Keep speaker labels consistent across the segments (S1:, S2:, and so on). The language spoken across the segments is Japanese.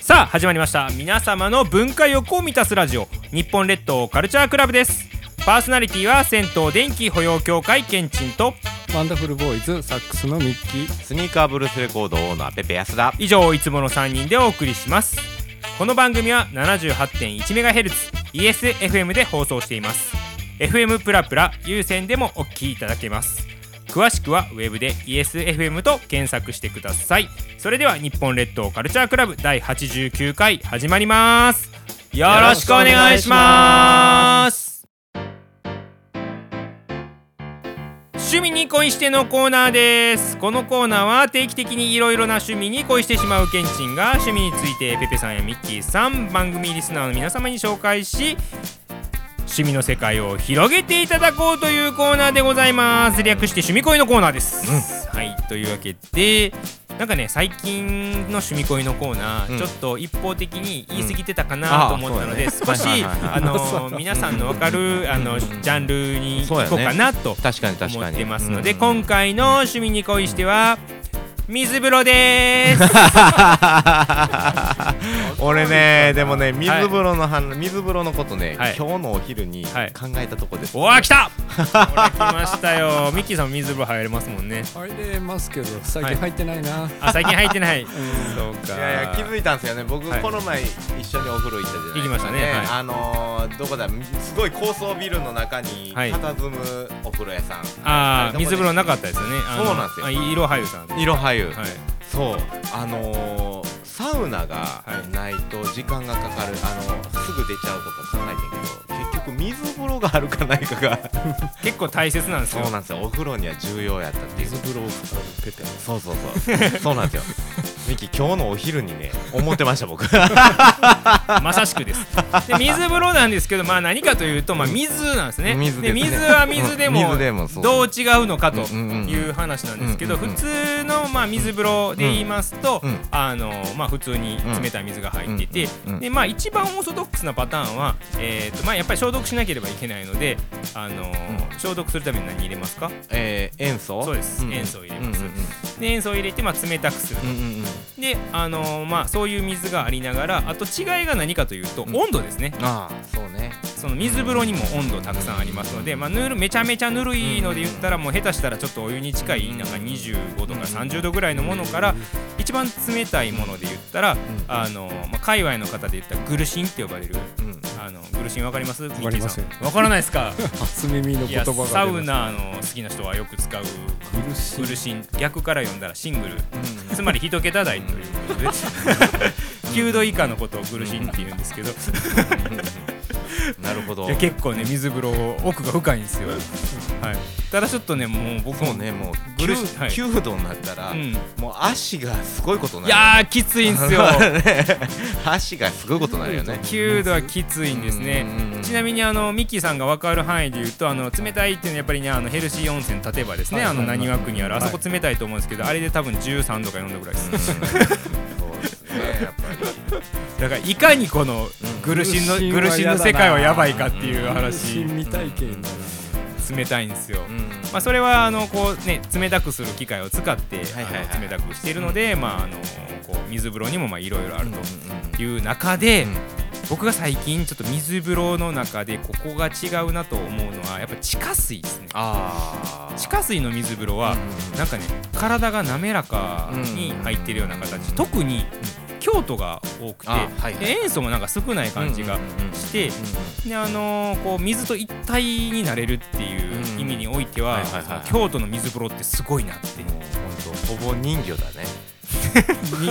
S1: さあ始まりました皆様の文化欲を満たすラジオ日本列島カルチャークラブですパーソナリティは銭湯電気保養協会ケンチンと
S2: ワンダフルボーイズサックスのミッキー
S3: スニーカーブルースレコードオーナーペペ安田
S1: 以上いつもの3人でお送りしますこの番組は 78.1MHzESFM で放送しています FM プラプラ有線でもお聞きいただけます詳しくはウェブで ESFM と検索してくださいそれでは日本列島カルチャークラブ第89回始まりますよろしくお願いします趣味に恋してのコーナーですこのコーナーは定期的にいろいろな趣味に恋してしまうケンチンが趣味についてペペさんやミッキーさん番組リスナーの皆様に紹介し趣味の世界を広げていただこうというコーナーでございます略して趣味恋のコーナーです、はいというわけでなんかね最近の趣味恋のコーナー、
S3: うん
S1: ちょっと一方的に言い過ぎてたかなと思ったので、
S3: うんあ
S1: 少
S3: ー
S1: し
S3: そうだねはいはいはい
S1: あの皆さんのわかるあのジャンルに行こうかなと
S3: 確かに確
S1: 思
S3: か
S1: っ
S3: に
S1: てますので、
S3: うん
S1: 今回の趣味に恋しては水風呂です
S3: 俺ねでもね水風呂の話、水風呂のことね、
S1: はい
S3: 今日のお昼に考
S1: はい
S3: えたとこです、
S1: おわ来たほら来ましたよミッキーさんも水風呂入れますもんね
S2: 入れますけど最
S1: はい
S2: 近入ってないな、
S1: あ最近入ってない
S2: ん
S1: そうか
S3: いやいや気づいたんですよね僕、
S1: はい
S3: この前一緒にお風呂行ったじゃないですか、
S1: 行きましたねはい
S3: あのー、どこだすごい高層ビルの中に
S1: はい
S3: 佇むお風呂屋さん、
S1: あ
S3: あ
S1: あ
S3: れ
S1: 水風呂なかったですよねあの
S3: そうなんですよ
S1: あ色入るさんはい
S3: 色はゆ、そうあのー、サウナがないと時間がかかる、あのー、すぐ出ちゃうとか考えてんけど結局水風呂があるかないかが
S1: 結構大切なんです
S3: そ
S1: よ
S3: うなんですよお風呂には重要やったっていう
S2: 水風呂を語るペペ
S3: そうそうそうそうなんです よミキ今日のお昼にね思ってました僕
S1: まさしくですで水風呂なんですけどまあ何かというとまあ水なんですね
S3: 水ですね
S1: 水は水でも
S3: うん水でもそう
S1: どう違うのかと
S3: うんうんうん
S1: いう話なんですけど
S3: うんうん
S1: 普
S3: うん
S1: 通のまあ水風呂で言いますと
S3: うん
S1: あのまあ普通に冷たい水が入ってて
S3: うんうんうん
S1: でまあ一番オーソドックスなパターンはえーとまあやっぱり消毒しなければいけないのであの消毒するために何入れますか
S3: えー、塩素
S1: そうです塩素を入れますで塩素を入れてまあ冷たくする
S3: うんうんうんうんうん
S1: であのーまあそういう水がありながらあと違いが何かというと
S3: ん
S1: 温度ですね、
S3: ああそうね
S1: その水風呂にも温度たくさんありますので、まあ、ぬるめちゃめちゃぬるいので言ったらもう下手したらちょっとお湯に近いなんか25度から30度ぐらいのものから一番冷たいもので言ったら、あのーまあ、界隈の方で言ったらグルシンって呼ばれる
S3: うん
S1: あのグルシンわかりますわ
S2: かりません
S1: わからないです か
S2: 初耳の
S1: い
S2: 言
S1: や
S2: 葉が
S1: サウ
S2: 出ま
S1: ナの好きな人はよく使う
S2: し
S1: グ
S2: た苦し
S1: ル
S2: い
S1: シン逆から読んだらシングルつまり一桁台ということで9度以下のことを苦しいって言うんですけど
S3: なるほど
S1: いや結構ね水風呂奥が深いんですよ、はい、ただちょっとねもう僕
S3: そ
S1: も
S3: うねもう
S1: ブル
S3: 9,、
S1: はい
S3: 9度になったら、
S1: うん
S3: もう足がすごいことに
S1: い
S3: なるよ
S1: やーきついんですよ
S3: 足がすごいことになるよね
S1: 9度はきついんですね
S3: うんうんうん
S1: ちなみにあのミッキーさんが分かる範囲で言うとあの冷たいっていうのはやっぱりねあのヘルシー温泉立場ですね
S2: はい
S1: あの何枠にあるあ
S2: はい
S1: そこ冷たいと思うんですけどあれで多分13度か4度ぐらいです
S3: そうですねやっぱり
S1: だからいかにこのグルシンの
S2: うん
S1: グルシンの世界はやばいかっていう
S2: 苦
S1: 話
S2: しい未体験だな
S1: 冷たいんですよ
S3: うん
S1: まあ、それはあのこう、ね、冷たくする機械を使って、
S3: はいはいはい
S1: あの冷たくしているので、まあ、あのこう水風呂にもまあいろいろあるという中で、
S3: うん
S1: 僕が最近ちょっと水風呂の中でここが違うなと思うのはやっぱ地下水ですね
S3: ああ
S1: 地下水の水風呂は、なんかね体が滑らかに入ってるような形、
S3: うん
S1: 特に京都が多くて、
S3: あはいはい
S1: で塩素もなんか少ない感じがして。であのーこう水と一体になれるっていう意味においては,、
S3: うんはいはいはいはい
S1: 京都の水風呂ってすごいなって
S3: もう本当ほぼ人魚 だね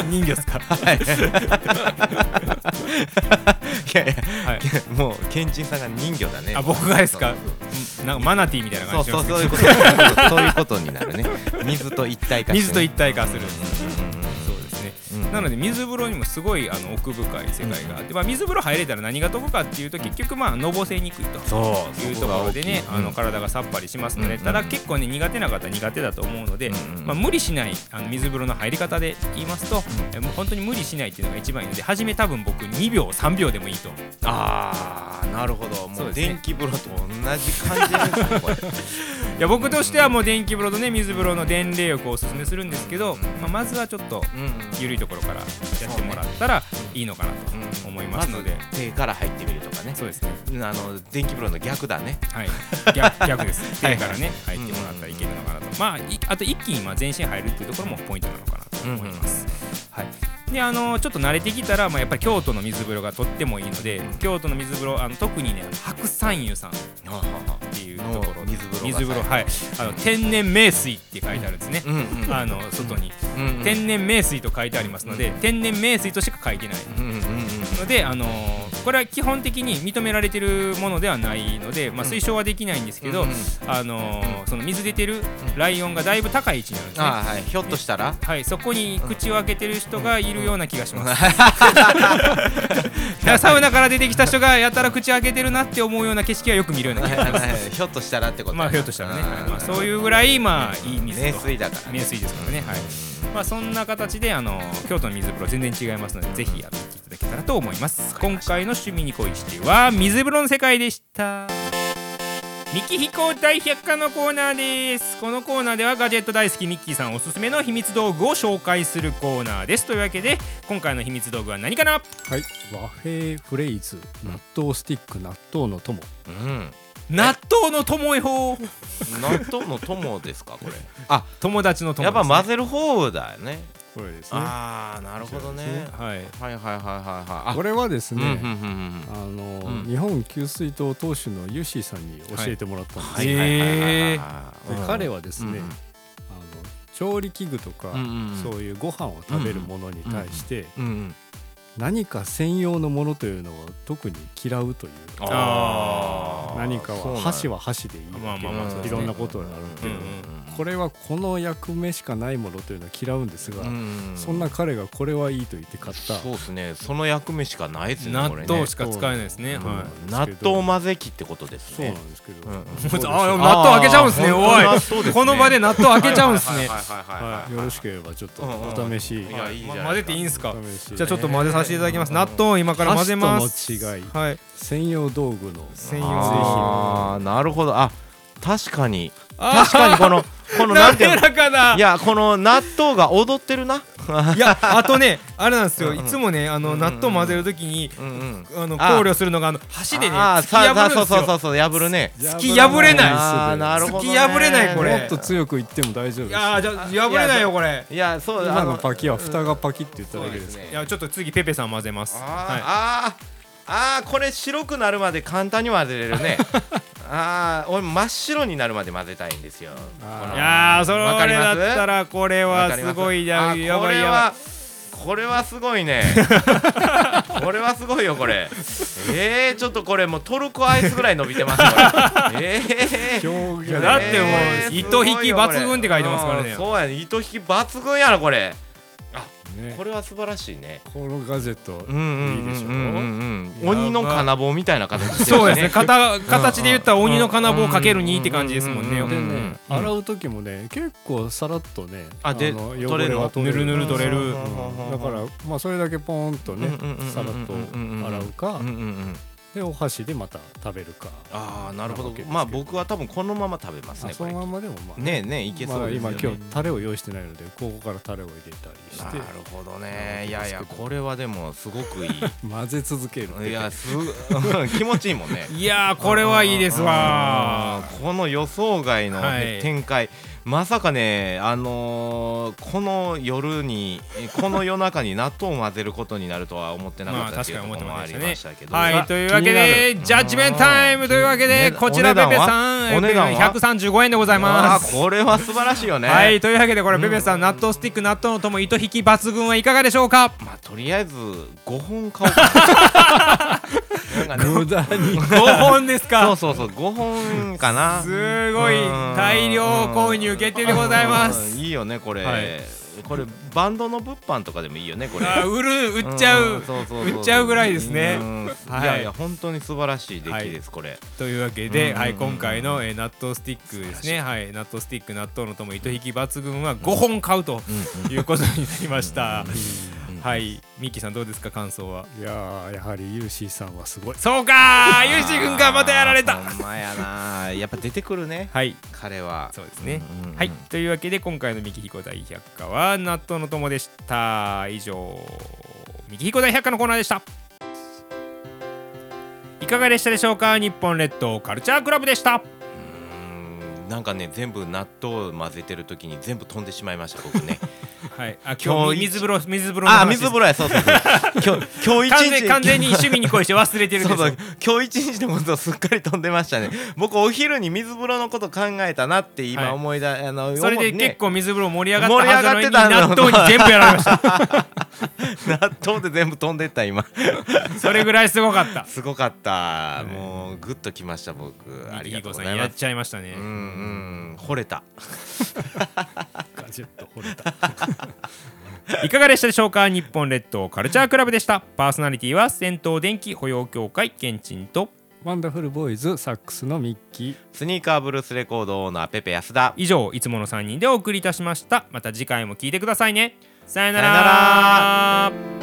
S1: 人魚ですか
S3: いやいや
S1: はい
S3: もうケンチンさんが人魚だね
S1: あ僕がですかうんなんかマナティーみたいな
S3: そ
S1: 感
S3: う
S1: じ
S3: そう
S1: です
S3: そういうことそういうことになるね水と一体化
S1: 水と一
S3: 体
S1: 体化する、
S3: う
S1: そうですね
S3: んうんうん
S1: なので水風呂にもすごいあの奥深い世界があって、まあ、水風呂入れたら何が得かっていうと結局まあのぼせにくいと。
S3: そう
S1: いう
S3: そ
S1: と
S3: こが
S1: ころ
S3: 大
S1: で
S3: きい
S1: ね、あの体がさっぱりしますので、
S3: うん
S1: ただ結構ね苦手な方は苦手だと思うので、
S3: うんうん
S1: まあ、無理しないあの水風呂の入り方で言いますと、えもう本当に無理しないっていうのが一番いいので初め多分僕2秒3秒でもいいと
S3: ああなるほど
S1: そ
S3: も
S1: うで
S3: う
S1: すね
S3: 電気風呂と同じ感じで すねこれ
S1: いや僕としてはもう電気風呂とね水風呂の伝令浴をおすすめするんですけど、まあ、まずはちょっと
S3: うん、
S1: 緩いところからやってもらったらいいのかなと思いますので、
S3: ず手から入ってみるとかね
S1: そうですね
S3: うんあの電気風呂の逆だね
S1: はい、逆 逆です。
S3: は
S1: 手
S3: い
S1: からね、入ってもらったらいけるのかなと。まあ、いあと一気にまあ全身入るっていうところもポイントなのかなと思います。はい。で、あのちょっと慣れてきたら、まあ、やっぱり京都の水風呂がとってもいいので、京都の水風呂、あの特にね、あの白山湯さんっ
S3: ははは
S1: ていうところ
S3: の水風呂が
S1: 水風呂、はい、あの天然名水って書いてあるんですね。
S3: うんうん
S1: あの外に、
S3: うんうん
S1: 天然名水と書いてありますので、天然名水としか書いてない。
S3: うんうんうん
S1: ので、あのーこれは基本的に認められてるものではないので、まあ、
S3: うん
S1: 推奨はできないんですけど、
S3: うんうん
S1: あのーその水出てるライオンがだいぶ高い位置にあるんですね。
S3: ああはいひょっとしたら
S1: はい、そこに口を開けてる人がいるような気がします。だからサウナから出てきた人がやたら口開けてるなって思うような景色はよく見るような気がします。
S3: ひょっとしたらってこと
S1: まあひょっとしたらね、
S3: あー
S1: はいまあ、そういうぐらいまあいい水
S3: 名
S1: と
S3: 水だからね
S1: 名水ですからね。はい。まあそんな形であの京都の水風呂全然違いますのでぜひやっていただけたらと思います。今回の趣味に恋しては水風呂の世界でした。ミキ飛行大百科のコーナーですこのコーナーではガジェット大好きミッキーさんおすすめの秘密道具を紹介するコーナーですというわけで今回の秘密道具は何かな
S2: はい和平フレーズ納豆スティック納豆の友
S3: うん
S1: 納豆の友恵法
S3: 納豆の友ですかこれ
S1: 友達の友達
S3: やっぱ混ぜる方だよね
S2: これですね
S3: ああなるほどね
S1: はい
S3: はいはいはいはいはいあ
S2: これはです
S3: うんうんうん
S2: ね
S3: うん
S2: あの
S3: うん
S2: 日本給水塔当主のユーシーさんに教えてもらったん
S3: は
S2: です
S3: い
S2: よ
S3: はいはいはい
S1: へ
S3: はい
S2: で
S3: うん
S2: 彼はですね
S3: う
S2: あ
S3: ん
S2: の調理器具とか
S3: うんうん
S2: そういうご飯を食べるものに対して
S3: うんうん
S2: 何か専用のものというのを特に嫌うというか
S1: あ
S3: ー
S2: 何か
S3: そう
S2: は
S3: なん
S2: 箸は箸でいい
S1: まあ
S2: わ
S1: まあまあそう
S2: け
S1: で
S2: い
S1: すね
S2: ろんなことになるけ
S1: うん
S2: ど
S1: うん
S2: これはこの役目しかないものというのは嫌うんですが
S3: うん
S2: そんな彼がこれはいいと言って買った
S3: そうですねその役目しかないですね
S1: 納
S3: これね
S1: 豆しか使えないですね
S2: うん
S1: はい
S3: 納豆混ぜ器ってことです
S2: そうな
S3: ね
S2: んですけど
S3: うんうん
S2: どうでしょう
S1: あー納
S2: は
S1: 豆開けちゃうんすね
S3: あー
S1: おい
S3: 本当納豆ですね
S1: この場で納豆開けちゃうんすね
S2: いよろしければちょっとお試し
S3: いやいいじゃないですか
S1: 混ぜていいんすか
S2: お試し
S1: じゃあちょっと混ぜさせていただきます納豆を今から混ぜます
S2: 箸との違い
S1: はい
S2: 専用道具の
S1: 専用
S3: ああなるほどあ確かに
S1: あ
S3: 確かにこの このなんていう
S1: 滑ら
S3: の
S1: かだ
S3: いやこの納豆が踊ってるな
S1: いやあとねあれなんですよ
S3: うん
S1: い
S3: うん
S1: つもねあの
S3: うん
S1: 納豆混ぜるときに
S3: うんうん
S1: あの考
S3: あ
S1: 慮するのがあの箸でね
S3: あー
S1: 突き破るん
S3: そ
S1: で
S3: う
S1: す
S3: そうそう
S1: よ
S3: そう破るね
S1: 突き破れない
S3: あーなるほどね
S1: 突き破れないこれ
S2: もっと強くいっても大丈夫
S1: い
S2: です
S1: やーじゃあ破れないよこれ
S3: いやそう
S2: 今
S3: あ
S2: の
S3: の
S2: パキは蓋がパキって言っただけです
S1: いやちょっと次ペペさん混ぜますは
S3: あーあーあーこれ白くなるまで簡単に混ぜれる ねああ俺真っ白になるまで混ぜたいんですよ
S1: い
S2: あ
S1: いやーそ
S3: わか
S1: れ
S3: り
S1: だ
S3: ます
S1: ったらこれ
S3: わ
S1: は
S3: かり
S1: す
S3: ます
S1: ごいや
S3: あー
S1: やばい
S3: これ
S1: やばい
S3: はこれはすごい ねこれはすごいよこれえー、ちょっとこれもうトルコアイスぐらい伸び てますこれえー
S2: 表現
S1: いやだってもう
S3: えー
S1: 糸引き
S3: すごよこれ
S1: 抜群って書いてますからね
S3: うんそうやね糸引き抜群やなこれ
S2: ね
S3: これは素晴らしいね
S2: このガジェット
S3: うんうん
S2: いいでしょ
S3: うんうんうん
S1: やば
S3: 鬼の金棒みたいな形してるし
S1: そうですね形形で言ったら鬼の金棒かける2って感じですもんね
S3: うんうん
S2: で
S3: う
S2: ね洗う時もね結構さらっとね
S3: あで
S2: の
S3: 取れるの
S1: ぬるぬる取れる
S2: うんだからまあそれだけポーンとねさらっと洗うか
S3: うんうんうん
S2: でお箸でまた食べるか
S3: ああなる
S2: な
S3: ほ
S2: わ
S3: ど
S2: けですけど
S3: まあ僕は多分このまま食べます
S2: あ
S3: ね
S2: そ
S3: こ
S2: のま
S3: れ
S2: までもまあ
S3: ねえねえいけそ
S2: まあ
S3: うですよ
S2: 今
S3: ね
S2: 今日タレを用意してないのでここからタレを入れたり
S3: な
S2: し
S3: る
S2: て
S3: ほどねいやいやこれはでもすご くいい
S2: 混ぜ続ける
S3: いやすうん気持ちいい もんね
S1: いやーこれはいいですわ
S3: うんこの予想外の
S1: はい
S3: 展開、まさかねあのーこの夜にえこの夜中に納豆を混ぜることになるとは思ってなか
S1: ま
S3: っ
S1: あ
S3: たって
S1: 確
S3: いう
S1: か
S3: と
S1: に
S3: こ
S1: 思っ
S3: ろ
S1: て
S3: も
S1: ま
S3: あ
S1: し
S3: り
S1: た
S3: ま
S1: ね
S3: したけど、
S1: はいというわけ
S2: 気に
S1: で
S2: なる
S1: ジャッジメンタイムというわけで
S3: ね
S1: こちら
S3: お
S1: ペ
S3: 値段
S1: ペ
S3: は
S1: さん
S3: お値段は
S1: ペペ135円でございま
S3: あ
S1: す
S3: ーこれは素晴らしいよね、
S1: はいというわけでこれペペさん納豆スティック納豆のとも糸引き抜群はいかがでしょうか
S3: まあとりあえず5本買おうかな なんかね
S2: 無駄に
S1: 5本です
S3: そう
S1: か
S3: そうそう5本かな
S1: すごい大量購入決定でございます
S3: うんいいよねこれ、
S1: はい
S3: これバンドの物販とかでもいいよねこれ
S1: あー売る売っちゃ
S3: ん
S1: う
S3: そそそ
S1: 売っちゃうぐらいですね
S3: うん
S1: はい
S3: いやいや本当に素晴らしい出来ですこれ
S1: というわけ
S3: うんうん
S1: で、
S3: うん
S1: はい、今回の、えー納豆スティックですね、はい、納豆スティック納豆のとも糸引き抜群は5本買うということになりました。はいミッキーさんどうですか感想はい
S2: やーやはりユーシーさんはすごい
S1: そうかーユーシー君がまたやられた
S3: あーほんまやなやっぱ出てくるね
S1: はい
S3: 彼は
S1: そうですね、
S3: うんうんうん
S1: はいというわけで今回の「ミキヒコ大百科」は納豆の友でした以上「ミキヒコ大百科」のコーナーでしたいかがでしたでしょうか日本列島カルチャークラブでした
S3: うんなんかね全部納豆を混ぜてる時に全部飛んでしまいました僕 ね
S1: はいあ今日
S3: 今日
S1: 水風呂水風呂の話
S3: あー 水風呂やそうそうそう今 日今日一日
S1: 完全完全に趣味に恋して忘れてるんで
S3: そう
S1: すよ
S3: そう今日一日のことをすっかり飛んでました ね僕お昼に水風呂のこと考えたなって
S1: はい
S3: 今思い出、あの
S1: それ
S3: 思
S1: で
S3: うね
S1: 結構水風呂盛り上がったはずなのに
S3: 盛り上がってた
S1: 納
S3: の
S1: 豆に全部やられました
S3: 納豆で全部飛んでった今
S1: それぐらいすごかった
S3: すごかった、もうグッときました僕あり
S1: ミキヒ
S3: がと
S1: コ
S3: うご
S1: さ
S3: ざ
S1: ん
S3: い
S1: や
S3: ま
S1: っ
S3: す
S1: ちゃいましたね、
S3: うんうん惚れた
S2: ガジェット惚れた
S1: いかがでしたでしょうか日本列島カルチャークラブでしたパーソナリティは銭湯電気保養協会ケンチンと
S2: ワンダフルボーイズサックスのミッキー
S3: スニーカーブルースレコードオーナーペペ安田
S1: 以上いつもの3人でお送りいたしましたまた次回も聞いてくださいねさよなら
S3: さよな